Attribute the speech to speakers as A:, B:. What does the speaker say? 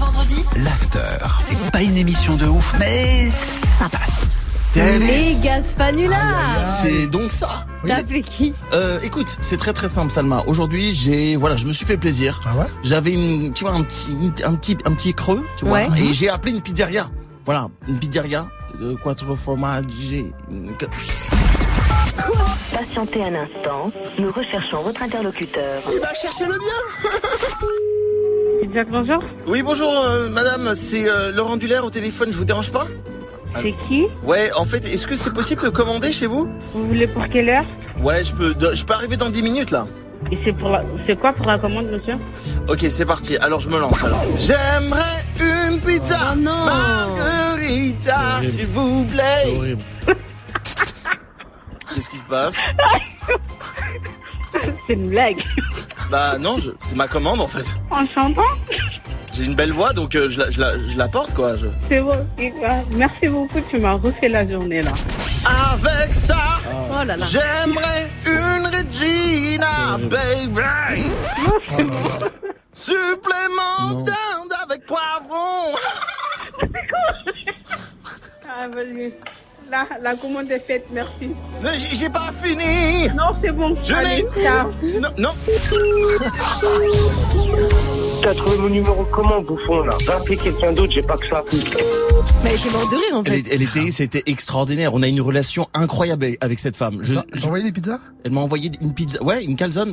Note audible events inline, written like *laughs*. A: vendredi,
B: l'after. C'est pas une émission de ouf, mais ça passe.
C: Les Gaspanula
D: C'est donc ça.
C: T'as appelé qui
D: Euh, écoute, c'est très très simple, Salma. Aujourd'hui, j'ai voilà, je me suis fait plaisir.
B: Ah ouais
D: J'avais une, tu vois, un petit, une- un petit, un petit creux, tu vois,
C: Ouais.
D: et j'ai appelé une pizzeria. Voilà, une pizzeria. euh, Quattro formaggi.
E: Patientez un instant, nous recherchons votre interlocuteur.
D: Il va chercher le bien.
F: Jacques, bonjour.
D: Oui, bonjour, euh, madame. C'est euh, Laurent Dulaire au téléphone. Je vous dérange pas
F: C'est qui
D: Ouais, en fait, est-ce que c'est possible de commander chez vous
F: Vous voulez pour quelle heure
D: Ouais, je peux, je peux arriver dans 10 minutes là.
F: Et c'est pour la... c'est quoi pour la commande, monsieur
D: Ok, c'est parti. Alors je me lance. Alors. J'aimerais une pizza
C: Oh non.
D: margarita,
G: Horrible.
D: s'il vous plaît.
G: horrible.
D: *laughs* Qu'est-ce qui se passe
F: C'est une blague. *laughs*
D: Bah non, je- c'est ma commande en fait.
F: En chantant
D: J'ai une belle voix, donc euh, je, la, je, la, je la porte quoi. je-
F: C'est bon. Et quoi Merci beaucoup, tu m'as refait la journée là.
D: Avec ça,
C: Oh là là
D: j'aimerais une Regina, baby. Supplément d'Inde avec poivron.
F: Ah, vas-y. La, la commande est faite, merci.
D: Mais J'ai j'ai pas fini.
F: Non, c'est bon.
D: Je
F: Allez,
D: l'ai.
F: ciao.
D: Non, non.
H: T'as trouvé mon numéro comment, bouffon, là Va appeler quelqu'un d'autre, j'ai pas que ça.
C: Mais j'ai mort de rire en
D: Elle,
C: fait
D: est- elle était, c'était extraordinaire. On a une relation incroyable avec cette femme. Je-
G: T'as t'as
D: je-
G: envoyé des pizzas
D: elle m'a envoyé une pizza, ouais, une calzone